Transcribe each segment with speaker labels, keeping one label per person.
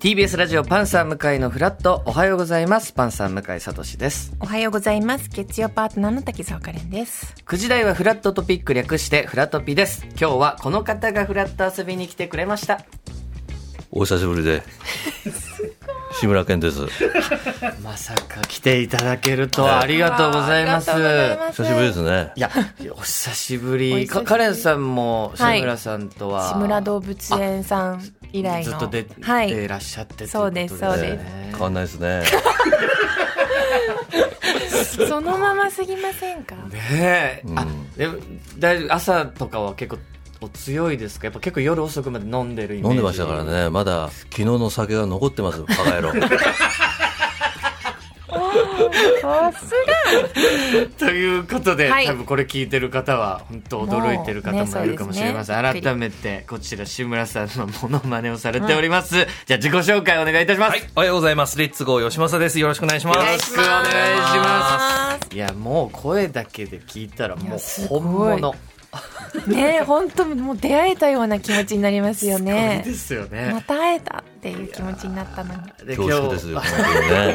Speaker 1: TBS ラジオパンサー向井のフラットおはようございますパンサー向井聡です
Speaker 2: おはようございます。月曜パートナーの滝沢カレンです。
Speaker 1: 9時台はフラットトピック略してフラトピです今日はこの方がフラット遊びに来てくれました
Speaker 3: お久しぶりで。志村けんです。久
Speaker 1: まさか来ていただけるとはありがとうございます
Speaker 2: ありがとうございます
Speaker 3: しぶりですね。
Speaker 1: いやお久しぶ
Speaker 2: お久
Speaker 1: り
Speaker 2: しぶ
Speaker 1: か
Speaker 2: り
Speaker 1: カレンさんも志
Speaker 2: はい
Speaker 1: 村さんとは、
Speaker 2: 志村動物園さん以来の。
Speaker 1: ずっと出て
Speaker 2: はい。
Speaker 1: いらっしゃって
Speaker 2: そうです
Speaker 1: といこと
Speaker 2: そうです
Speaker 3: ね変わんないですね。
Speaker 2: そのまますぎませんか。
Speaker 1: ねえ、
Speaker 3: うん
Speaker 1: あでも大丈夫朝とかは結構お強いですかやっぱ結構夜遅くまで飲んでるイメージ
Speaker 3: 飲んでましたからね。まだ昨日の酒が残ってます。バカ野郎。
Speaker 2: さす
Speaker 1: ということで、
Speaker 2: はい
Speaker 1: 多分これ聞いてる方は本当驚いてる方もいるかもしれません、
Speaker 2: もうねそうですね
Speaker 1: 改めてこちら志村さんのモノマネをされております、じゃあ自己紹介お願いいたしま
Speaker 4: は
Speaker 1: す、
Speaker 4: い、おはようございます。レッツゴー吉政です。よろしくお願いします。
Speaker 1: よろしくお願いしますすいやもう声だけで聞いたらも
Speaker 2: や
Speaker 1: う
Speaker 2: す
Speaker 1: 本
Speaker 2: ごい
Speaker 1: 物
Speaker 2: が。ねえ、本当もう出会えたような気持ちになりますよ
Speaker 1: いい
Speaker 2: ね
Speaker 1: で。すよ
Speaker 2: ま
Speaker 1: ね
Speaker 2: た会えたっていう気持ちになったのに。こ
Speaker 1: で
Speaker 3: 恐縮ですよ。本当にね。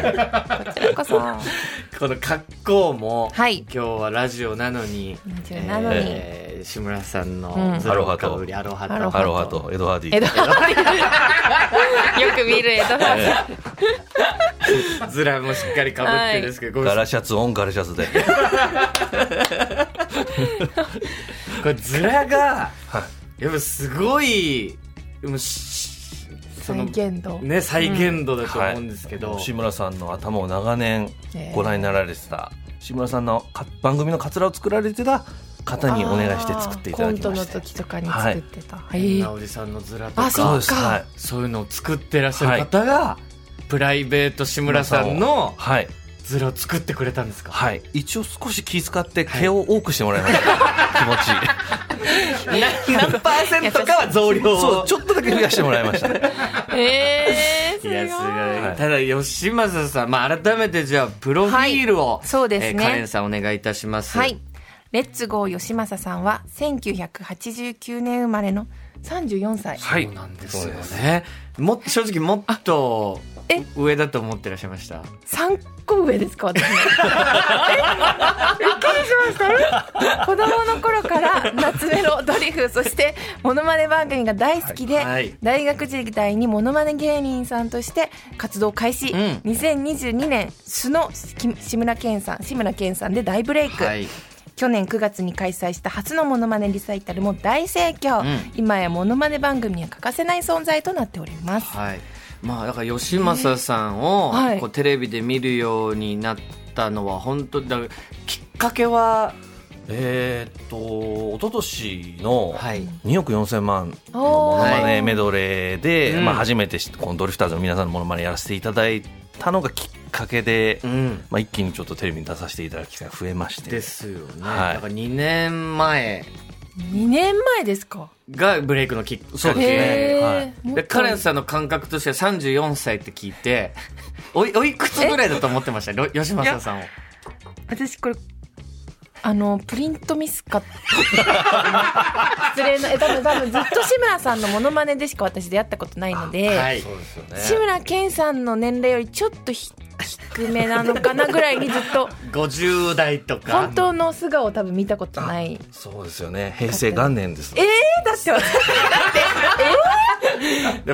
Speaker 2: ちらこそ。
Speaker 1: この格好も、
Speaker 2: はい
Speaker 1: 今日はラジオなのに
Speaker 2: ラジオなのに
Speaker 1: えー志村さん
Speaker 2: う
Speaker 1: の
Speaker 2: ん
Speaker 1: ズボンかぶりアロハと
Speaker 2: アロ
Speaker 3: ハロハとエドハーディ
Speaker 2: 江戸川よく見る江戸川
Speaker 1: ズラもしっかりかぶってるんですけど、
Speaker 3: ガ
Speaker 1: こ
Speaker 3: ラシャツオンガラシャツで。
Speaker 1: れこれズラがやっぱすごいもうしその
Speaker 2: 再現度。
Speaker 1: ね再現度だと思うんですけど、
Speaker 3: 志村さんの頭を長年
Speaker 2: ええ
Speaker 3: ご覧になられてた。志村さんのか番組のカツラを作られてた方にお願いして作っていただき
Speaker 2: コン
Speaker 3: ま
Speaker 2: トの
Speaker 3: して。
Speaker 2: 時とかに作ってた。は
Speaker 1: 変
Speaker 2: い。
Speaker 1: なおじさんのズラと
Speaker 2: あそう
Speaker 1: か
Speaker 3: です。はい。
Speaker 1: そういうのを作ってらっしゃる方が、プライベート志村さんの
Speaker 3: はい。
Speaker 1: ズラを作ってくれたんですか、
Speaker 3: はい。一応少し気遣って毛を多くしてもらいました。気持ちいい。
Speaker 1: 何パーセントかは増量を
Speaker 3: そう、ちょっとだけ増やしてもらいました。
Speaker 2: えー、す
Speaker 1: い
Speaker 2: ごい。
Speaker 1: やすごい、
Speaker 3: い
Speaker 1: ただ吉政さん、まあ、改めてじゃあプロフィールを、
Speaker 2: はいそうですね
Speaker 1: カレンさんお願いいたします
Speaker 2: はい。レッツゴー吉政さんは1989年生まれの34歳。
Speaker 4: はい
Speaker 1: そうなんですよねも正直もっと
Speaker 2: え
Speaker 1: 上だと思ってらっしゃいました
Speaker 2: 三個上ですか 私。えびっくりしましたえ。子供の頃から夏目のドリフそしてモノマネ番組が大好きで、
Speaker 1: はいはい
Speaker 2: 大学時代にモノマネ芸人さんとして活動開始。
Speaker 1: うん
Speaker 2: 2022年素の志村けんさん志村けんさんで大ブレイク。
Speaker 1: はい
Speaker 2: 去年9月に開催した初のモノマネリサイタルも大盛況、
Speaker 1: うん
Speaker 2: 今やモノマネ番組には欠かせない存在となっております、
Speaker 1: はいまあだから吉政さんを、
Speaker 2: えーはい
Speaker 1: こうテレビで見るようになったのは本当だからきっかけは
Speaker 3: えーっと、一昨年の
Speaker 1: はい
Speaker 3: 2億4000万の
Speaker 2: おー
Speaker 3: モノマネメドレーで、
Speaker 1: うん
Speaker 3: まあ、初めてしこのドリフターズの皆さんのモノマネやらせていただいたのがきっかけで、
Speaker 1: うん
Speaker 3: まあ、一気にちょっとテレビに出させていただく機会が増えまして。
Speaker 1: ですよね、
Speaker 3: はい
Speaker 1: だから2年前
Speaker 2: 2年前ですか
Speaker 1: がブレイクのきっかけ
Speaker 3: そうですね
Speaker 2: へー
Speaker 3: はい
Speaker 2: もっ
Speaker 1: で
Speaker 2: と
Speaker 1: カレンさんの感覚としては34歳って聞いて おいおいくつぐらいだと思ってましたろ吉正さんを
Speaker 2: 私これあのプリントミス か失礼なえ多分多分ずっと志村さんのモノマネでしか私出会ったことないので、
Speaker 1: はい
Speaker 3: そうですよね
Speaker 2: 志村けんさんの年齢よりちょっとひ低めなのかなぐらいにずっと
Speaker 1: 50代とか
Speaker 2: 本当の素顔を多分見たことない
Speaker 3: そうですよね。平成元 年です。
Speaker 2: えー、だって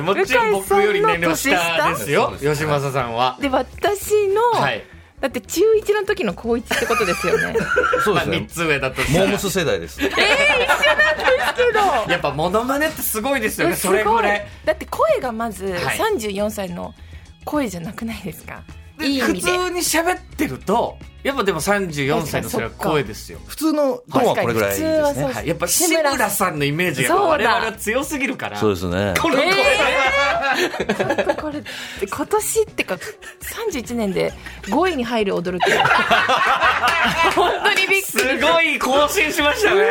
Speaker 1: で
Speaker 2: 私
Speaker 1: もちろん僕より年齢は下ですよ
Speaker 3: 向井さ
Speaker 1: 吉
Speaker 3: んの年下
Speaker 1: 正さんは
Speaker 2: で私の、
Speaker 1: はい
Speaker 2: だって中1の時の高1ってことで すよね
Speaker 3: そう
Speaker 1: ま
Speaker 3: で
Speaker 1: あ
Speaker 3: す
Speaker 1: 3
Speaker 3: ね。
Speaker 1: つ上だとした
Speaker 3: モ
Speaker 1: ら
Speaker 3: ームス世代です。
Speaker 2: けど
Speaker 1: やっぱモノマネってすごいですよ
Speaker 2: え
Speaker 1: ねそれぐらい
Speaker 2: だって声がまず
Speaker 1: はい
Speaker 2: 34歳の声じゃなくないですか、
Speaker 1: で
Speaker 2: い、い意
Speaker 1: 普
Speaker 2: 味で
Speaker 1: 通に喋ってるとやっぱでも34歳のそれは
Speaker 2: 確かに
Speaker 1: 声ですよ
Speaker 3: 普通のトーンはこれぐらい
Speaker 2: 確か
Speaker 3: で
Speaker 2: に普通
Speaker 3: す
Speaker 2: は
Speaker 3: ね。
Speaker 2: そ
Speaker 1: はいやっぱ志村さんのイメージがやっぱ
Speaker 2: そう
Speaker 1: 我
Speaker 2: だ
Speaker 1: 々は強すぎるから
Speaker 3: そうですね。
Speaker 1: この声が
Speaker 2: ちょっとこれ今年ってか31年で5位に入る踊 るって本当にびっく
Speaker 1: す
Speaker 2: り
Speaker 1: ごい更新しましたね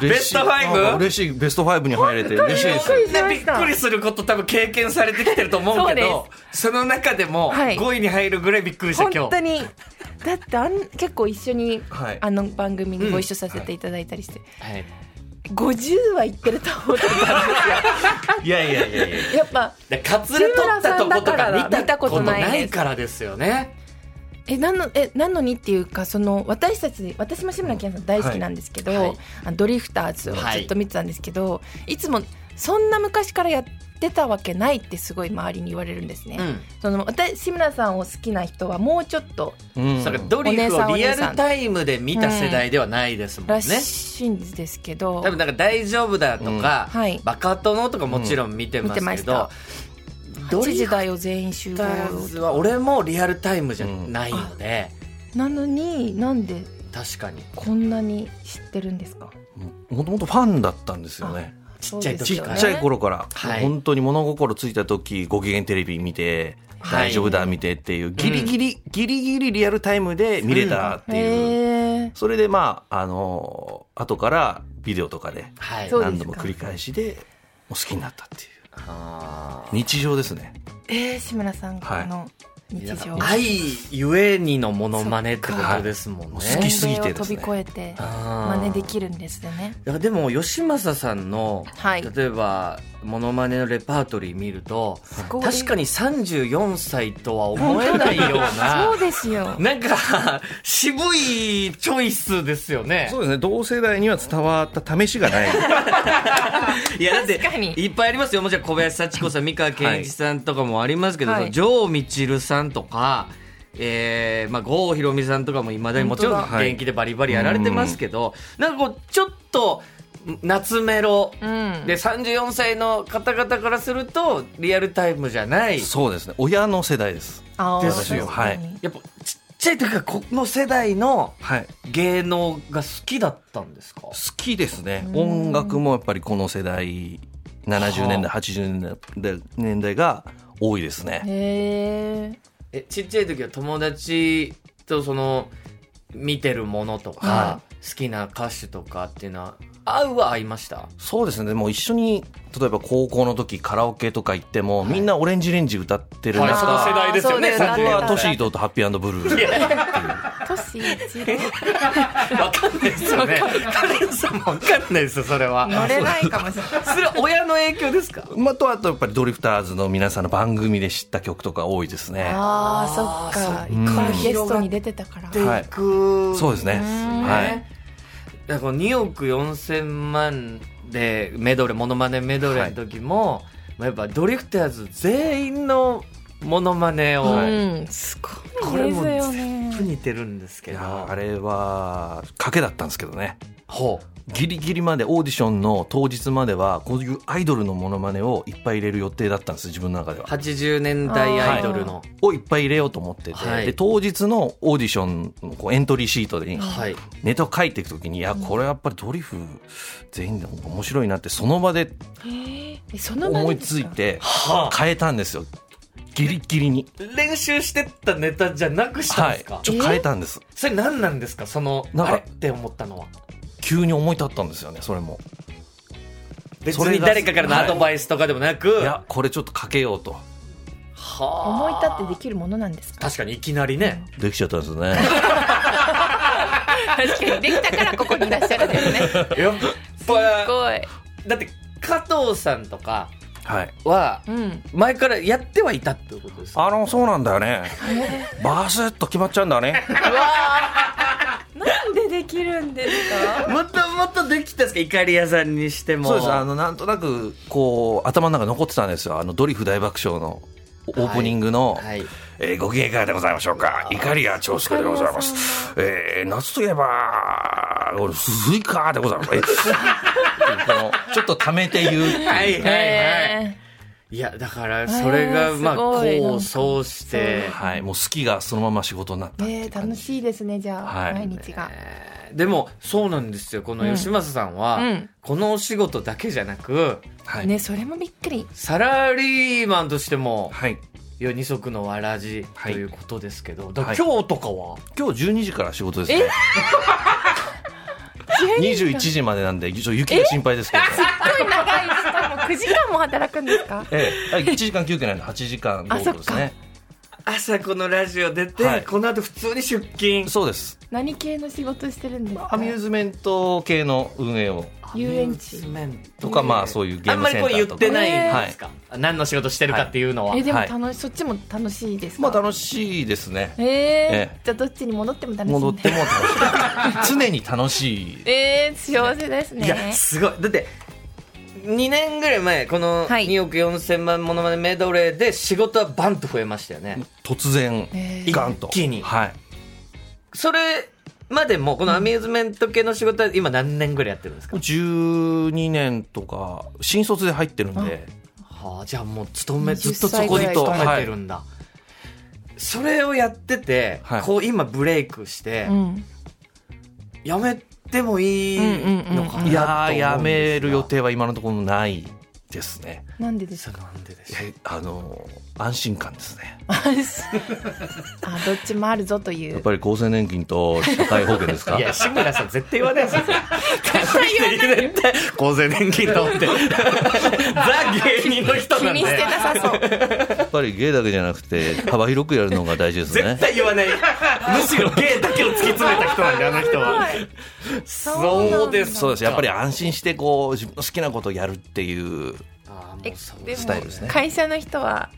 Speaker 1: ベスト
Speaker 3: なんか
Speaker 1: 5?
Speaker 3: 嬉しい。ベスト5に入れて嬉しい
Speaker 2: び
Speaker 3: で
Speaker 2: っ
Speaker 3: す
Speaker 2: く。りし
Speaker 1: で
Speaker 2: ま
Speaker 1: びっ
Speaker 2: した
Speaker 1: くりすること多分経験されてきてると思うけどその中でも
Speaker 2: はい
Speaker 1: 5位に入るぐらいびっくりした今
Speaker 2: 本当
Speaker 1: 日
Speaker 2: にだってあん結構一緒に
Speaker 3: はい
Speaker 2: あの番組にご一緒させていただいたりして、
Speaker 1: はい
Speaker 2: 50は言ってると思ってたんで
Speaker 4: いやいやいやいや。
Speaker 2: すよやっぱ
Speaker 1: でカツレ取ったとことか見
Speaker 2: 見
Speaker 1: た
Speaker 2: た
Speaker 1: こ
Speaker 2: こととないです
Speaker 1: ないからですよね。
Speaker 2: えなのえなのにっていうかその私たち私も志村けんさん大好きなんですけど、
Speaker 1: はいはい
Speaker 2: あのドリフターズをずっと見てたんですけど、い、つもそんな昔からやってたわけないってすごい周りに言われるんですね、
Speaker 1: うん。
Speaker 2: その私志村さんを好きな人はもうちょっと
Speaker 3: うん
Speaker 1: だからドリフをリアルタイムで見た世代ではないですもんね。
Speaker 2: らしいんですけど、
Speaker 1: 多分なんか大丈夫だとか、
Speaker 2: うんはい
Speaker 1: バカ殿とかもちろん見てますけど、ド
Speaker 2: 8
Speaker 1: リ
Speaker 2: 時
Speaker 1: フ
Speaker 2: 代を全員集合
Speaker 1: ターズは俺もリアルタイムじゃないので、
Speaker 2: なのになんで
Speaker 1: 確かに
Speaker 2: こんなに知ってるんですか
Speaker 3: もともとファンだったんですよね
Speaker 1: ちっちゃい
Speaker 2: そう
Speaker 1: 時
Speaker 2: です
Speaker 1: か
Speaker 2: よ
Speaker 1: ら
Speaker 2: ね
Speaker 3: ちっちゃい頃から、
Speaker 1: はい
Speaker 3: 本当に物心ついた時ご機嫌テレビ見て、
Speaker 1: はい
Speaker 3: 大丈夫だ見てっていうギリギリ、ギリギリリアルタイムで見れたっていう、
Speaker 2: へえ
Speaker 3: それでまああのー後からビデオとかで
Speaker 1: はい
Speaker 2: そうですか
Speaker 3: 何度も繰り返しでもう好きになったっていう
Speaker 1: あー
Speaker 3: 日常ですね
Speaker 2: えー、志村さん
Speaker 3: はい
Speaker 2: の日
Speaker 1: だか
Speaker 2: 常、
Speaker 1: ら愛ゆえにのモノマネってことですもんね
Speaker 3: そっか好きすぎ
Speaker 2: 年齢
Speaker 3: て
Speaker 2: を
Speaker 3: です
Speaker 2: 飛
Speaker 3: ね
Speaker 2: び越えて
Speaker 1: 真
Speaker 2: 真似できるんですよね
Speaker 1: いやでも吉政さんの、
Speaker 2: はい
Speaker 1: 例えばモノマネのレパートリー見ると
Speaker 2: ごい
Speaker 1: 確かに34歳とは思えないよう
Speaker 2: そ
Speaker 1: な
Speaker 2: うですよ
Speaker 1: なんか渋いチョイスですよね
Speaker 3: うですね同世代には伝わった試しがない
Speaker 1: いやだって
Speaker 2: 確かに
Speaker 1: いっぱいありますよもちろん小林幸子さん美川憲一さんとかもありますけど、
Speaker 2: はい
Speaker 1: その城みちるさんとか、えーまあ、郷ひろみさんとかもいまだにもちろん
Speaker 2: 本
Speaker 1: 現
Speaker 3: 当だ
Speaker 1: 役でバリバリやられてますけど、なんかこうちょっと夏メロ
Speaker 2: うん
Speaker 1: で34歳の方々からするとリアルタイムじゃない
Speaker 3: そうですね親の世代です
Speaker 2: あー
Speaker 1: ですよ
Speaker 2: 確かに
Speaker 3: は
Speaker 1: やっぱちっちゃい時からこの世代の
Speaker 3: はい
Speaker 1: 芸能が好きだったんですか
Speaker 3: 好きですね
Speaker 2: うん
Speaker 3: 音楽もやっぱりこの世代70年代80年代年代が多いですね
Speaker 2: へえ
Speaker 1: えちっちゃい時は友達とその見てるものとか、
Speaker 2: は
Speaker 1: 好きな歌手とかっていうのは合うは合いました
Speaker 3: そうですねもう一緒に例えば高校の時カラオケとか行っても、みんなオレンジレンジ歌ってる
Speaker 1: はい
Speaker 3: 中、
Speaker 1: その世代ですよね
Speaker 2: あーそう
Speaker 1: そ
Speaker 3: 僕はトシ
Speaker 2: だ
Speaker 3: ー
Speaker 2: ね
Speaker 3: トとハッピーブルー
Speaker 2: トシ一郎
Speaker 1: わかんないですよねカレンさんもわかんないですよそれは
Speaker 2: 乗れないかもしれな
Speaker 1: そ
Speaker 2: い
Speaker 1: れは親の影響ですか
Speaker 3: まあとあとやっぱりドリフターズの皆さんの番組で知った曲とか多いですね
Speaker 2: あーそっか
Speaker 1: うん
Speaker 2: いっぱいゲストに出てたから
Speaker 1: でいく
Speaker 3: そうですね
Speaker 2: うん
Speaker 3: はい
Speaker 1: だからこの2億4000万でメドレーモノマネメドレーの時も、まあやっぱドリフターズ全員のモノマネを、
Speaker 2: うんす
Speaker 1: こ
Speaker 2: ご
Speaker 1: れ
Speaker 2: いで
Speaker 1: も
Speaker 2: すよ
Speaker 1: 全部
Speaker 2: ね
Speaker 1: 似てるんですけ
Speaker 3: い
Speaker 1: ど
Speaker 3: やーあれは賭けだったんですけどね
Speaker 1: ほう
Speaker 3: ギリギリまでオーディションの当日まではこういうアイドルのモノマネをいっぱい入れる予定だったんです自分の中では
Speaker 1: 80年代アイドルの。
Speaker 3: をいっぱい入れようと思ってて、
Speaker 1: はい
Speaker 3: で当日のオーディションのこうエントリーシートで
Speaker 1: はい。
Speaker 3: ネタを書いていくときに、いやこれはやっぱりドリフ全員で面白いなってその場で
Speaker 2: えその場で
Speaker 3: 思い
Speaker 2: です
Speaker 3: つ
Speaker 2: か
Speaker 3: いて
Speaker 1: はあ
Speaker 3: 変えたんですよギリギリに
Speaker 1: 練習してったネタじゃなくしたん
Speaker 3: は
Speaker 1: です
Speaker 3: い
Speaker 1: か、
Speaker 3: ちょっと変えたんです
Speaker 1: それ何なんですかその、
Speaker 3: なん
Speaker 1: あ
Speaker 3: か
Speaker 1: れって思ったのは。
Speaker 3: 急に思い立ったんですよねそれも
Speaker 1: 別
Speaker 3: それ
Speaker 1: に
Speaker 3: が
Speaker 1: 誰かからのアドバイスとかでもなく、
Speaker 3: いやこれちょっとかけようと
Speaker 1: はあ
Speaker 2: 思い立ってできるものなんですか
Speaker 1: 確かにいきなり ね。
Speaker 3: できちゃったんですね
Speaker 2: 確かにできたからここにいらっしゃるんですねす
Speaker 1: やっぱ、
Speaker 2: ごい
Speaker 1: だって加藤さんとか
Speaker 3: はい
Speaker 1: は、
Speaker 2: うん
Speaker 1: 前からやってはいたってことですか
Speaker 3: あのそうなんだよねバスッと決まっちゃうんだね
Speaker 2: なんでできるんですか
Speaker 1: もっともっとできたんですかイカリアさんにしても。
Speaker 3: そうですあのなんとなくこう頭の中に残ってたんですよあのドリフ大爆笑のオープニングの、
Speaker 1: はい。
Speaker 3: えーご機嫌いかがでございましょうかイカリア長介でございます。えー夏といえば、俺、スイカでござい ます。えーこのちょっとためて言うっていう。
Speaker 1: はいはいはい。
Speaker 2: え
Speaker 1: いや、だから、それが、
Speaker 2: えー
Speaker 1: まあ、
Speaker 2: すごい
Speaker 1: こう、そうして、
Speaker 3: はい、もう好きがそのまま仕事になったっ
Speaker 2: ー
Speaker 3: てい
Speaker 2: ね
Speaker 3: う
Speaker 2: え
Speaker 3: 感
Speaker 2: 楽
Speaker 3: じ。
Speaker 2: しいですねじゃあ、
Speaker 3: はい
Speaker 2: 毎日が
Speaker 1: えーでも、そうなんですよ。この吉正さんは、
Speaker 2: うん
Speaker 1: このお仕事だけじゃなく、
Speaker 3: はい。
Speaker 2: ねそれもびっくり
Speaker 1: サラリーマンとしても、
Speaker 3: はい。
Speaker 1: いや二足のわらじと
Speaker 3: はい
Speaker 1: いうことですけど、だから
Speaker 3: はい
Speaker 1: 今日とかは、
Speaker 3: 今日12時から仕事ですね。21時までなんで、ちょっと雪が心配ですけど。
Speaker 2: すごい長いしかも9時間も働くんですか
Speaker 3: ええ、1時間休憩なんで8時間労働ですね。
Speaker 1: 朝このラジオ出て、
Speaker 3: はい
Speaker 1: この後普通に出勤
Speaker 3: そうです
Speaker 2: 何系の仕事してるんですか
Speaker 3: アミューズメント系の運営を
Speaker 2: 遊園地
Speaker 3: とかまあそういうゲームセンタ
Speaker 1: あんまりこ
Speaker 3: ー
Speaker 1: れ言
Speaker 3: と
Speaker 1: って
Speaker 3: か
Speaker 1: ないん
Speaker 3: は
Speaker 1: です
Speaker 3: い
Speaker 1: か、何の仕事してるかっていうのは、
Speaker 2: えでも
Speaker 3: はい
Speaker 2: 楽し、そっちも楽しいですか
Speaker 3: まあ楽しいですね
Speaker 2: えー
Speaker 3: え
Speaker 2: じゃあどっちに戻っても楽しい
Speaker 3: 戻っても楽しい常に楽しい
Speaker 2: えー、幸せですね
Speaker 1: いやすごいだって2年ぐらい前この
Speaker 2: はい
Speaker 1: 2億4000万ものまねメドレーで仕事はバンと増えましたよね、
Speaker 3: 突然
Speaker 2: えー
Speaker 3: ガンと
Speaker 1: 一気に
Speaker 3: はい
Speaker 1: それまでもこのアミューズメント系の仕事は今何年ぐらいやってるんですか、
Speaker 3: 12年とか新卒で入ってるんで
Speaker 1: はあ、じゃあもう勤め
Speaker 2: 20
Speaker 1: ずっとそこに
Speaker 2: 歳ぐ
Speaker 1: 勤
Speaker 2: らいか
Speaker 1: めてるんだ、それをやってて、
Speaker 3: はい
Speaker 1: こう今ブレイクして、
Speaker 2: うん
Speaker 1: やめてもいいのかなと思うんですが、
Speaker 2: うん
Speaker 3: いやーやめる予定は今のところないですね
Speaker 2: なんでです
Speaker 1: そ
Speaker 2: か
Speaker 1: れなんでですか
Speaker 3: えあのー安心感ですね
Speaker 2: あどっちもあるぞとい
Speaker 3: やっ
Speaker 2: う
Speaker 3: ぱり厚生年金と社会保険ですか
Speaker 1: いや、志村さん絶対言わないですよ。絶対言わない。厚生年金と思って。ザ芸人の人
Speaker 2: 気
Speaker 1: なん
Speaker 2: にして
Speaker 1: で。
Speaker 2: なさそう
Speaker 3: やっぱり芸だけじゃなくて幅広くやるのが大事ですね
Speaker 1: 絶対言わない。むしろ芸だけを突き詰めた人なんで、あの人は。
Speaker 2: そうなんだ
Speaker 1: そうです
Speaker 3: そうですやっぱり安心してこう自分の好きなことをやるっていう
Speaker 1: あー
Speaker 2: え
Speaker 1: もうそう
Speaker 2: で
Speaker 1: です
Speaker 2: も
Speaker 3: スタイルですね
Speaker 2: 会社の人は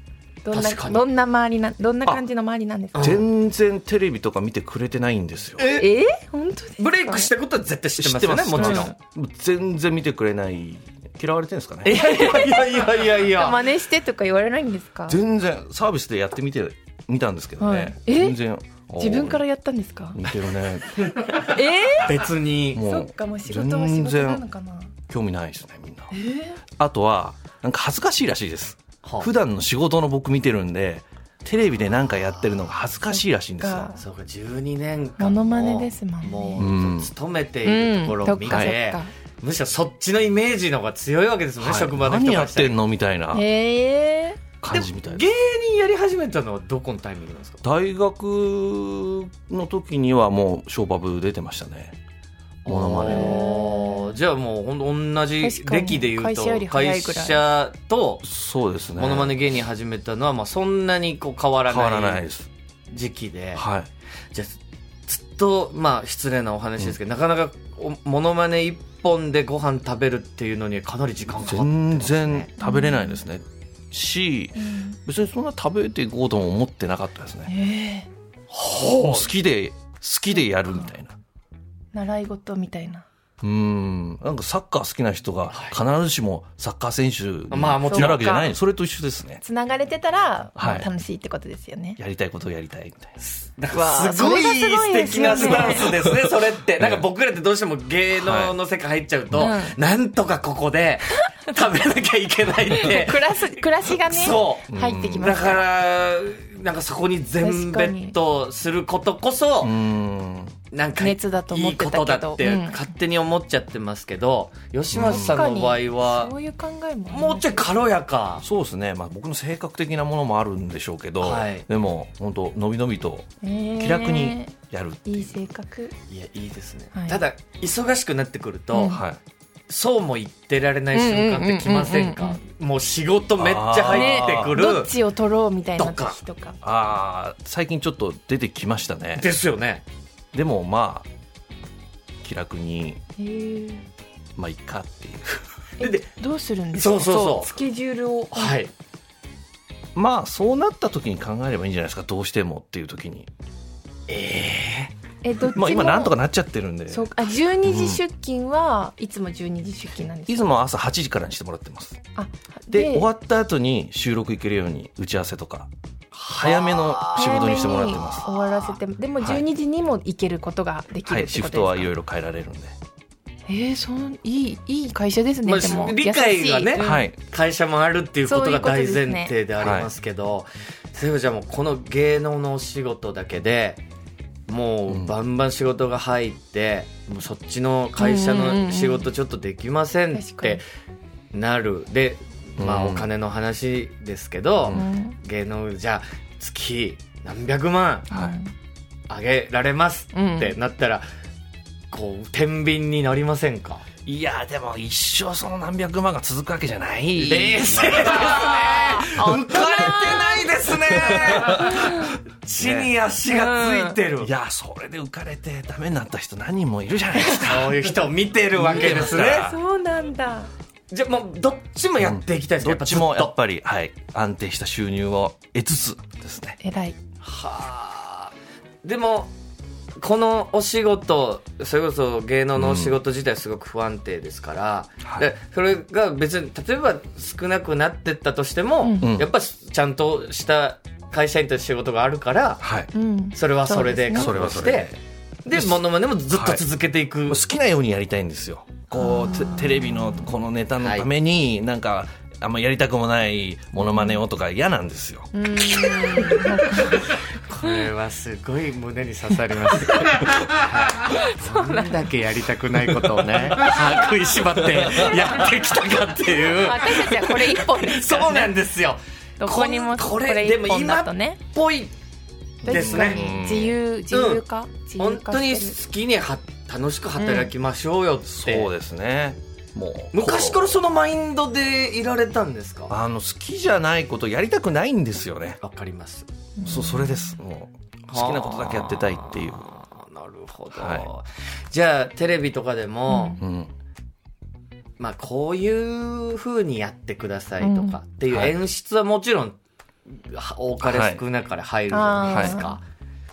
Speaker 2: どんな
Speaker 1: 確かに
Speaker 2: どんな周りなどんな感じの周りなんですか
Speaker 1: あ
Speaker 3: 全然テレビとか見てくれてないんですよ
Speaker 1: え
Speaker 2: えー、本当ですか
Speaker 1: ブレイクしたことは絶対知ってますよね、もちろん。
Speaker 3: もう全然見てくれない嫌われてるんですか
Speaker 1: い
Speaker 3: ね
Speaker 1: やいやいやいやいや。
Speaker 2: 真似してとか言われないんですか
Speaker 3: 全然サービスでやってみてみたんですけどね、
Speaker 2: はいえ
Speaker 3: 全然おー
Speaker 2: 自分からやったんですか
Speaker 3: 見てる ね
Speaker 2: え
Speaker 1: 別に。
Speaker 2: ー、
Speaker 3: も
Speaker 2: そっかもう仕事は仕
Speaker 3: 全
Speaker 2: 事なの
Speaker 3: 然
Speaker 2: かな
Speaker 3: 興味ないですねみんな
Speaker 2: えー、
Speaker 3: あとはなんか恥ずかしいらしいです
Speaker 1: はあ
Speaker 3: 普段の仕事の僕見てるんでテレビでなんかやってるのが恥ずかしいらしいんですよ
Speaker 2: か
Speaker 1: そうか、12年間
Speaker 2: モ
Speaker 1: も。
Speaker 2: ノマネですもんね
Speaker 1: も
Speaker 3: うん
Speaker 1: う、勤めているところを見
Speaker 2: うんそっかそ
Speaker 1: て
Speaker 2: っか、
Speaker 1: むしろそっちのイメージの方が強いわけですもんね、
Speaker 3: はい
Speaker 1: 職場の人
Speaker 3: 何や
Speaker 1: が
Speaker 3: っ。てんのみたいな
Speaker 2: え
Speaker 3: 感じみたい
Speaker 1: 芸
Speaker 3: です
Speaker 1: 人やり始めたのはどこのタイミングなんですか
Speaker 3: 大学の時にはもうショーパブ出てましたねモノマネの
Speaker 1: ネじゃあもうほんと同じ
Speaker 2: 確かに
Speaker 1: 歴で言う
Speaker 2: 会
Speaker 1: と
Speaker 2: 社より早
Speaker 1: 会
Speaker 2: いぐらい
Speaker 1: 社と
Speaker 3: そうですね
Speaker 1: モノマネ芸人始めたのはまあそんなにこう変わら
Speaker 3: 変わら
Speaker 1: な
Speaker 3: ない
Speaker 1: い
Speaker 3: です
Speaker 1: 時期で
Speaker 3: はい
Speaker 1: じゃあずっとまあ失礼なお話ですけど、なかなかおモノマネ一本でご飯食べるっていうのにかなり時間かかって
Speaker 3: 全
Speaker 1: ます
Speaker 3: 然
Speaker 1: ね
Speaker 3: 食べれないですねし
Speaker 2: ーうん
Speaker 3: 別にそんな食べていこうとも思ってなかったですね
Speaker 2: えー、
Speaker 3: もう好きで好きでやるみたいな
Speaker 2: 習い事みたいな
Speaker 3: うんなんかサッカー好きな人が必ずしもサッカー選手に
Speaker 1: まあ
Speaker 3: な
Speaker 1: も
Speaker 2: ちろん
Speaker 3: るわけじゃないそれと一緒ですね
Speaker 2: つながれてたら、
Speaker 3: はい
Speaker 2: 楽しいってことですよね
Speaker 3: やりたいことをやりたいみたいな
Speaker 1: なん
Speaker 2: わ
Speaker 1: か
Speaker 2: あ
Speaker 1: すごい
Speaker 2: それがすご
Speaker 1: 素
Speaker 2: いで
Speaker 1: 敵
Speaker 2: すよ
Speaker 1: な
Speaker 2: ね
Speaker 1: スタンスですね、それって。なんか僕らってどうしても芸 能の世界入っちゃうと、
Speaker 2: はい
Speaker 1: なんとかここで食べなきゃいけない って。
Speaker 2: 暮らす暮らしがね
Speaker 1: そう
Speaker 2: 入ってきま
Speaker 1: だ
Speaker 2: す
Speaker 1: か、
Speaker 2: から
Speaker 1: なんかそこに全ベッドすることこそ
Speaker 3: う、ん
Speaker 1: なんか、
Speaker 2: 熱だと思ってたけ
Speaker 1: い
Speaker 2: ど
Speaker 1: いことだって
Speaker 2: うん
Speaker 1: 勝手に思っちゃってますけど、吉松さんの場合は
Speaker 2: そ、ういう考えもあります
Speaker 1: もうちょい軽やか。
Speaker 3: そうですね、まあ、僕の性格的なものもあるんでしょうけど、
Speaker 1: はい
Speaker 3: でも本当のびのびと
Speaker 2: えー
Speaker 3: 気楽にやる、
Speaker 2: いい性格
Speaker 1: いや、いいですね
Speaker 2: はい
Speaker 1: ただ、忙しくなってくると、
Speaker 2: うん
Speaker 3: はい、
Speaker 1: そうも言ってられない瞬間ってきません
Speaker 2: うんうん
Speaker 1: か
Speaker 2: うん
Speaker 1: もう仕事めっちゃ入ってく
Speaker 2: ど
Speaker 1: る
Speaker 2: っ。ちを取ろうみたいな時とか
Speaker 3: あー最近ちょっと出てきましたねで
Speaker 1: ですよね。
Speaker 3: もまあ気楽に
Speaker 2: へー
Speaker 3: まあいっかってい
Speaker 2: え
Speaker 3: う
Speaker 1: で
Speaker 2: どうするんです
Speaker 1: そ
Speaker 2: か
Speaker 1: うそうそう
Speaker 2: スケジュールを
Speaker 1: はい。
Speaker 3: まあそうなった時に考えればいいんじゃないですかどうしてもっていう時に
Speaker 2: えどっちも、
Speaker 3: まあ今なんとかなっちゃってるんで
Speaker 2: そうかあ12時出勤はいつも12時出勤なんで
Speaker 3: い
Speaker 2: す
Speaker 3: つ
Speaker 2: か
Speaker 3: も朝8時からにしてもらってます
Speaker 2: あ
Speaker 3: で終わった後に収録行けるように打ち合わせとか早めの仕事にしてもらってます
Speaker 2: 早めに終わらせてでも
Speaker 3: はい
Speaker 2: 12時にも行けることができ
Speaker 3: は
Speaker 2: るってことで
Speaker 3: い
Speaker 2: す
Speaker 3: シ
Speaker 2: か、
Speaker 3: フトはいろいろ変えられるんで、
Speaker 2: えー、そんいいいい会社ですね、
Speaker 1: まあ
Speaker 2: でも
Speaker 1: 理解がね
Speaker 2: 優しいうん
Speaker 3: はい
Speaker 1: 会社もあるっていうことが大前
Speaker 2: そうい
Speaker 1: 提でありますけど、例えばじゃあもうこの芸能のお仕事だけで、もうバンバン仕事が入って、もうそっちの会社
Speaker 2: うんうんうん
Speaker 1: の仕事ちょっとできませんってなる。で、まあ
Speaker 3: うん
Speaker 1: お金の話ですけど、
Speaker 2: うん
Speaker 1: 芸能じゃあ月何百万
Speaker 3: はい
Speaker 1: あげられますってなったら、こう天秤になりませんか
Speaker 3: いやでも一生その何百万が続くわけじゃない
Speaker 1: 冷静ですね 浮かれてないですね地に足がついてる、
Speaker 3: いやそれで浮かれてダメになった人何人もいるじゃないで すか
Speaker 1: そういう人を見てるわけですね
Speaker 3: 見てます
Speaker 2: そうなんだ
Speaker 1: じゃあもうどっちもやっていきたいです
Speaker 3: ど
Speaker 1: ね
Speaker 3: っちも
Speaker 1: や
Speaker 3: や
Speaker 1: ぱず
Speaker 3: っぱり、はい、安定した収入を得つつですね
Speaker 2: 偉い
Speaker 1: はあでもこのお仕事それこそ芸能のお仕事自体すごく不安定ですから、
Speaker 3: はい
Speaker 1: でそれが別に例えば少なくなってったとしても、
Speaker 3: うん
Speaker 1: やっぱちゃんとした会社員という仕事があるから
Speaker 3: はい
Speaker 2: うん
Speaker 1: それはそれで
Speaker 2: そうですね
Speaker 1: 覚悟してでモノマネもずっと続けていく、
Speaker 3: もう好きなようにやりたいんですよこうテテレビのこのネタのためになんかあんまやりたくもないモノマネをとか嫌なんですよ
Speaker 2: うん
Speaker 1: これはすごい胸に刺さります。 そんだけやりたくないことをね、歯食いしばってやってきたかっていう。
Speaker 2: 私たちはこれ一本です
Speaker 1: そうなんですよ。
Speaker 2: どこにも
Speaker 1: こ
Speaker 2: こ
Speaker 1: れ
Speaker 2: れ
Speaker 1: で
Speaker 2: 一
Speaker 1: も
Speaker 2: 本
Speaker 1: 今
Speaker 2: だ
Speaker 1: っ
Speaker 2: とね
Speaker 1: ぽいです
Speaker 2: 確か
Speaker 1: ね。
Speaker 2: に自由自由化自由
Speaker 1: 本
Speaker 2: 化
Speaker 1: 当に
Speaker 2: してる
Speaker 1: 好きには楽しく働きましょうよって。
Speaker 3: そうですねもう
Speaker 1: 昔かららそのマインドでいられたんですか
Speaker 3: あの好きじゃないことやりたくないんですよね
Speaker 1: わかります。
Speaker 3: そうそれですもう好きなことだけやってたいっていう
Speaker 1: あー。なるほど。
Speaker 3: は
Speaker 1: じゃあテレビとかでも、
Speaker 2: うん
Speaker 3: うん
Speaker 1: まあ、こういう風にやってくださいとかっていう
Speaker 3: はい
Speaker 1: 演出はもちろん、は多かれ少なかれ入るじゃないですか。
Speaker 2: は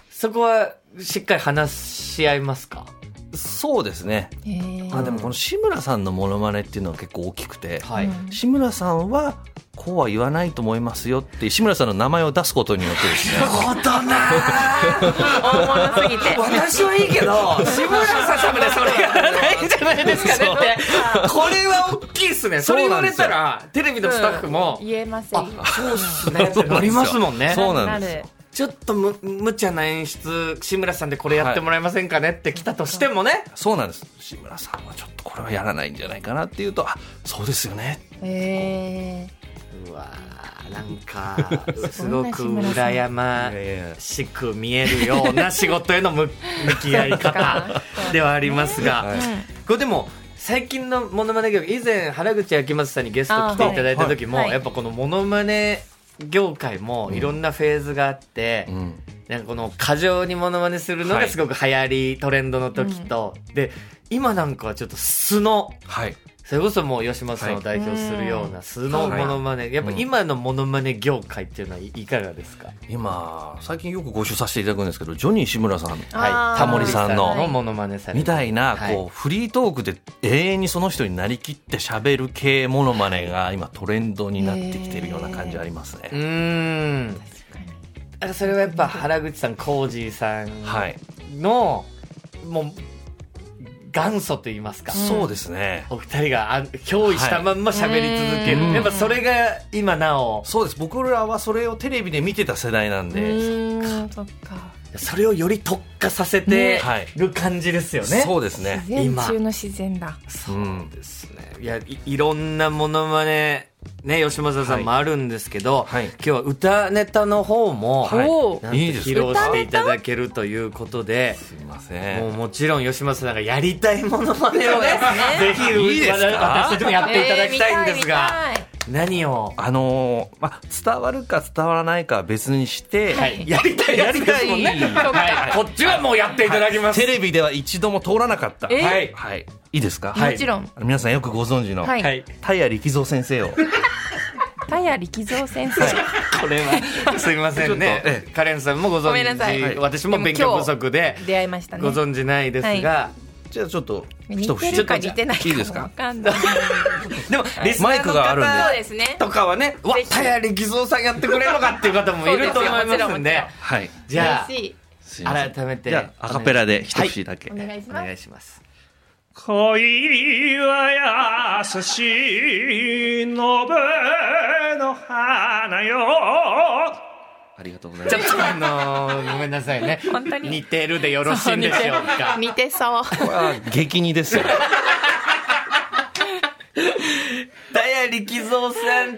Speaker 1: そこはしっかり話し合いますか
Speaker 3: そうですね
Speaker 2: へー
Speaker 3: あでもこの志村さんのモノマネっていうのは結構大きくて
Speaker 1: はい。
Speaker 2: うん
Speaker 3: 志村さんはこうは言わないと思いますよって志村さんの名前を出す ことによってですね
Speaker 1: だな
Speaker 2: 大物すぎて
Speaker 1: 私はいいけど、 志村さんでそれやらないんじゃないですかねって。これは大きいっすね。それ言われたら、テレビのスタッフも、
Speaker 2: 言えません
Speaker 1: そうっすねってなりますもんね。
Speaker 3: そうなんですよ
Speaker 2: る
Speaker 1: ちょっとむ無茶な演出志村さんでこれやってもらえませんかねって来たとしてもね、
Speaker 3: そうなんです志村さんはちょっとこれはやらないんじゃないかなっていうとあそうですよね
Speaker 2: へ
Speaker 1: うわーなんかすごく
Speaker 2: そんな志村さん
Speaker 1: 羨ましく見えるような仕事への向向き合い方ではありますが、
Speaker 3: はい
Speaker 1: これでも最近のモノマネ業界以前原口あきまささんにゲスト来ていただいた時も、
Speaker 2: あーはい
Speaker 1: やっぱこのモノマネ業界もいろんなフェーズがあって、
Speaker 3: うん
Speaker 1: なんかこの過剰にモノマネするのがすごく流行り、トレンドの時と、で今なんかはちょっと素の
Speaker 3: はい
Speaker 1: それこそもう吉本さんを代表するような素のモノマネ、やっぱ今のモノマネ業界っていうのはいいかがですか、
Speaker 3: 今最近よくご一緒させていただくんですけどジョニー志村さん
Speaker 1: はい、
Speaker 3: タモリさんの
Speaker 1: のモノマネされて
Speaker 3: みたいな、
Speaker 1: はい
Speaker 3: こうフリートークで永遠にその人になりきって喋る系モノマネが今トレンドになってきてるような感じあります
Speaker 1: う
Speaker 3: ね。
Speaker 1: ーんだからそれはやっぱ原口さんコージーさん
Speaker 3: はい、
Speaker 1: の、もう元祖と言いますか、
Speaker 3: そうですね。
Speaker 1: お二人があ憑依したまんま喋り続ける、
Speaker 3: はい
Speaker 1: やっぱそれが今なお
Speaker 3: そうです。僕らはそれをテレビで見てた世代なんで、
Speaker 2: ーんそっか
Speaker 1: それをより特化させて
Speaker 3: はい
Speaker 1: る感じですよね。
Speaker 3: そうですね
Speaker 2: 自。然中の自然だ
Speaker 1: そ
Speaker 3: うん
Speaker 1: うですね。いや、いいろんなものまね、ね、吉本さんもあるんですけど、
Speaker 3: はい
Speaker 1: 今日は歌ネタの方も、
Speaker 3: はい
Speaker 2: おー
Speaker 1: なんと
Speaker 3: いいですね
Speaker 1: 披露していただけるということで、
Speaker 3: すいま
Speaker 1: もう
Speaker 3: せん。
Speaker 1: もちろん吉本さんがやりたいものまねをね、 ぜひ
Speaker 3: いいですか
Speaker 1: 私たちもやっていただきたいんですが、
Speaker 2: えー見たい見
Speaker 1: 何を、
Speaker 3: あのーまあ、伝わるか伝わらないかは別にして、
Speaker 1: はい、やりたいやつですもんね。
Speaker 3: やりたい
Speaker 1: はい、こっちはもうやっていただきます。
Speaker 3: テレビでは一度も通らなかった。
Speaker 2: えー
Speaker 3: はい。はい。いいですか。
Speaker 2: たいもちろん、
Speaker 3: 皆さんよくご存知の、
Speaker 2: は、
Speaker 1: はいい。
Speaker 3: タイヤ力蔵先生を。
Speaker 2: タイヤ力蔵先生、
Speaker 1: これは、すみませんね
Speaker 3: ちょっとえ。
Speaker 1: カレンさんもご
Speaker 2: ご
Speaker 1: 存
Speaker 2: めんなさい
Speaker 3: はい
Speaker 1: 知、私も勉強不足で、
Speaker 2: 出会いましたね
Speaker 1: ご存知ないですが、
Speaker 3: じゃあちょっと
Speaker 2: 似
Speaker 3: 一
Speaker 2: て
Speaker 3: 節
Speaker 2: るか似てないか
Speaker 3: いいです
Speaker 2: も
Speaker 3: か
Speaker 2: わかんない
Speaker 1: でも、リスナ
Speaker 3: マイ
Speaker 1: ー
Speaker 3: クがあるんで
Speaker 1: の
Speaker 2: そう
Speaker 1: 方
Speaker 2: ですね
Speaker 1: とかはね、わ、たや力蔵さんやってくれるのかっていう方もいると思い
Speaker 2: そうですよもち
Speaker 1: ま
Speaker 2: ろん
Speaker 1: す
Speaker 2: も
Speaker 1: ん
Speaker 2: ち
Speaker 1: で
Speaker 2: ろん、
Speaker 3: はい。
Speaker 1: じゃ
Speaker 2: 嬉しい
Speaker 3: すいませ
Speaker 1: あ、
Speaker 3: ん
Speaker 1: 改めて。
Speaker 3: じゃあアカペラで一節だけ。
Speaker 2: お願いし
Speaker 1: お
Speaker 2: ます、
Speaker 1: 願いします。
Speaker 4: 恋は優しいのぶの花よ
Speaker 3: ありがとうござい
Speaker 1: ち
Speaker 3: ま
Speaker 1: ょっ
Speaker 3: す。
Speaker 1: とあのーごめんなさいね。
Speaker 2: 本当に
Speaker 1: 似てるでよろしいんでしょうか。
Speaker 2: 似てそう
Speaker 3: 激似ですよ。
Speaker 1: たや力蔵さんと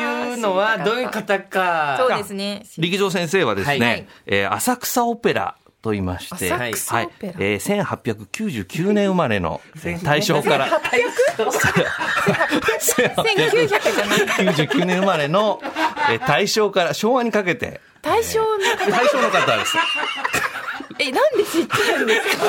Speaker 1: いうのは、どういう方か。
Speaker 2: そうですね
Speaker 3: 力蔵先生はですね、
Speaker 1: はい
Speaker 3: えー浅草オペラと言いまして、
Speaker 2: 浅草オペラ
Speaker 3: えー1899年生まれのえー大正から
Speaker 2: 1900じゃない
Speaker 3: 99年生まれの、えー大正から昭和にかけて、
Speaker 2: 対象の
Speaker 3: 大正の方 です。
Speaker 2: えなんで知ってるんですか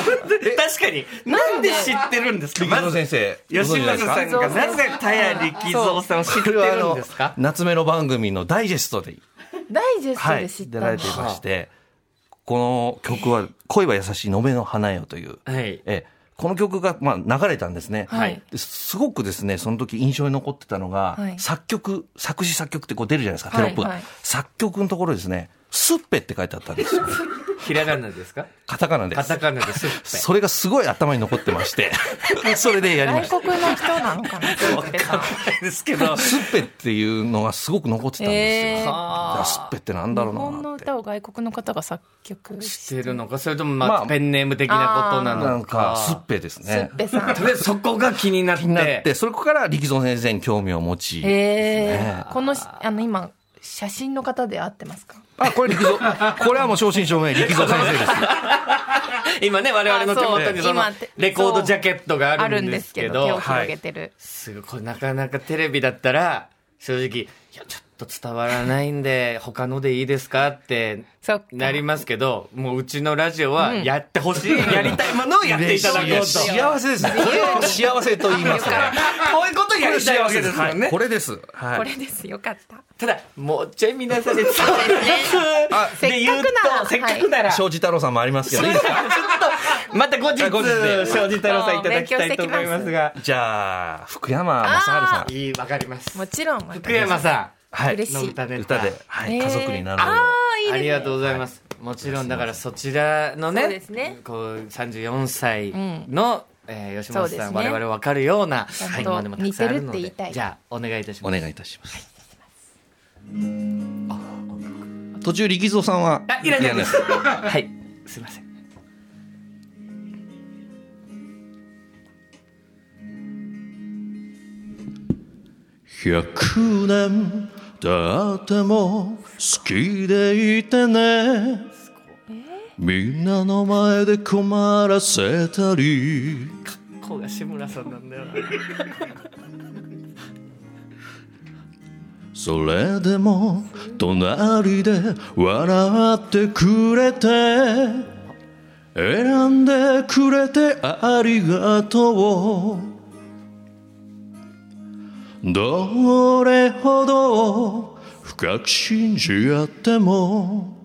Speaker 1: 確かに。なんで知ってるんですか
Speaker 3: 力道先生、ご存
Speaker 1: 吉
Speaker 3: 知ない
Speaker 1: 村
Speaker 3: です
Speaker 1: さ
Speaker 3: か
Speaker 1: んがなぜ田谷力蔵さんを知って
Speaker 3: これはあ
Speaker 1: るん
Speaker 3: の
Speaker 1: ですか、
Speaker 3: 夏目の番組のダイジェストで、
Speaker 2: ダイジェスト
Speaker 3: は
Speaker 2: で
Speaker 3: い、
Speaker 2: 知っ
Speaker 3: 出
Speaker 2: た
Speaker 3: ら
Speaker 2: の
Speaker 3: れていまして、この曲は、恋は優しい延べの花よという、
Speaker 1: はい。
Speaker 3: ええこの曲が、まあ、流れたんですね。
Speaker 2: はい
Speaker 3: ですごくですね、その時印象に残ってたのが、
Speaker 2: はい
Speaker 3: 作曲、作詞作曲ってこう出るじゃないですか、テロップが。
Speaker 2: はいはい
Speaker 3: 作曲のところですね、スッペって書いてあったん ですよ。
Speaker 1: ひらがなですか
Speaker 3: カタカナで
Speaker 1: カ
Speaker 3: す
Speaker 1: タ。カナですっ
Speaker 3: それがすごい頭に残ってま して、それでやりました。
Speaker 2: 外国の人なのかな
Speaker 1: ぺ。わかんないですけど。
Speaker 3: スッペっていうのがすごく残ってたんですよ。
Speaker 2: えー
Speaker 3: だからス
Speaker 1: は
Speaker 3: ッペってなん
Speaker 2: 日
Speaker 3: だろうな
Speaker 2: 本の
Speaker 3: って。
Speaker 2: 歌を外国の方が作曲
Speaker 1: あ
Speaker 2: し
Speaker 1: してるのか、それともまあ、
Speaker 3: まあ
Speaker 1: ペンネーム的なことな
Speaker 2: あ
Speaker 3: な
Speaker 1: の
Speaker 3: んか、スッ
Speaker 1: か。
Speaker 3: ペです
Speaker 2: すっ
Speaker 3: ね。
Speaker 2: ぺさん
Speaker 1: とりあえずそこが気になって。
Speaker 3: になって、そこから力蔵先生に興味を持ち、
Speaker 2: えー、このしあの今写真の方で合ってますか
Speaker 3: あ、これ力蔵、これはもう正真正銘力蔵先生 です。
Speaker 1: 今ね、我々の手元に
Speaker 2: あそう
Speaker 1: その
Speaker 2: 今って
Speaker 1: レコードジャケットがあ
Speaker 2: あ
Speaker 1: る
Speaker 2: る
Speaker 1: ん
Speaker 2: ん
Speaker 1: で
Speaker 2: ですす
Speaker 1: け
Speaker 2: け
Speaker 1: ど、
Speaker 2: ど手を広げてる、
Speaker 1: すごい、これなかなかテレビだったら、正直、いや、ちょっと伝わらないんで、他のでいいですかって、
Speaker 2: そっか
Speaker 1: なりますけど、もううちのラジオはやってほしい、やりたいものをやっていただこうと。
Speaker 3: 嬉しい幸せですね。これを幸せと言いますね。
Speaker 1: こういうことやりたいわけですもん
Speaker 3: はい
Speaker 1: ね
Speaker 3: こ。れです。は
Speaker 2: こ
Speaker 3: い。
Speaker 2: れですよかった
Speaker 1: ただ、もうちょい皆さんで伝わ らず、
Speaker 2: せっか
Speaker 1: で
Speaker 2: くなら
Speaker 1: 言うと、せっかくなら、ちょっ
Speaker 3: 庄司太郎さんもありますけど、いいですか
Speaker 1: と、また後日、
Speaker 3: あ後日で
Speaker 1: 庄司太郎さんいただきたいと思いますが、
Speaker 3: じゃあ、福山雅治さん。
Speaker 1: いい、わかります。
Speaker 2: もちろん
Speaker 1: 福山さ
Speaker 3: はい。
Speaker 2: 嬉しい
Speaker 1: の歌で
Speaker 3: 歌で、はい。
Speaker 2: えー
Speaker 3: 家族になる
Speaker 2: ああいい
Speaker 1: ん、あ
Speaker 2: です
Speaker 1: り
Speaker 2: ね
Speaker 1: がとうございます。もちろん、だからそちらの
Speaker 2: そうで
Speaker 1: ね
Speaker 2: すね、
Speaker 1: こう、34歳の、えー吉本
Speaker 2: そうで
Speaker 1: さ
Speaker 2: す
Speaker 1: ん、
Speaker 2: ね
Speaker 1: 我々わかるような、
Speaker 2: ゃんと
Speaker 1: ものまでもたくさんあるの
Speaker 2: 似てるって言
Speaker 1: で
Speaker 2: いた、い
Speaker 1: じゃあ、お願いいたし
Speaker 3: お
Speaker 1: ます。
Speaker 3: 願いいたします。あ途中力蔵さんは
Speaker 1: あ、いらないです。
Speaker 3: い
Speaker 1: はい、すいません。
Speaker 5: 百年経っても好きでいてねみんなの前で困らせたり
Speaker 1: こうが志村さんなんだよな。
Speaker 5: それでも隣で笑ってくれて選んでくれてありがとうどれほど深く信じ合っても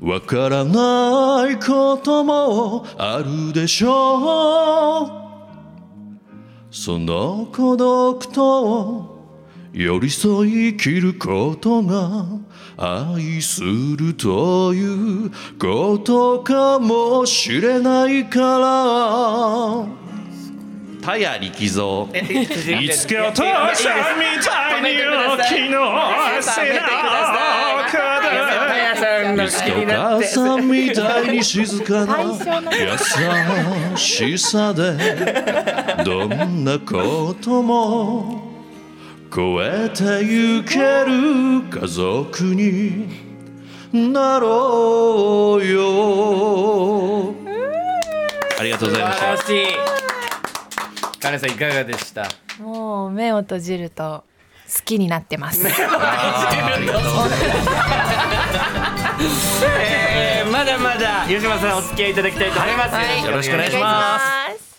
Speaker 5: わからないこともあるでしょうその孤独と寄り添い生きることが愛するということかもしれないから
Speaker 3: タヤ力蔵。
Speaker 1: い
Speaker 5: つ
Speaker 4: お父さんみたいに大きな背中で
Speaker 5: いつかお母さんみたいに静かな
Speaker 2: 最初の
Speaker 5: 優しさでどんなことも超えてゆける家族になろうよ
Speaker 3: ありがとうございまし
Speaker 1: 素晴
Speaker 3: た
Speaker 1: ら。しい。カレンさんいかがでした。
Speaker 2: もう目を閉じると好きになってます
Speaker 1: えーまだまだ吉村さんお付き合いいただきたいと思います。
Speaker 2: はい
Speaker 1: よろしくお願いします。
Speaker 2: お願いします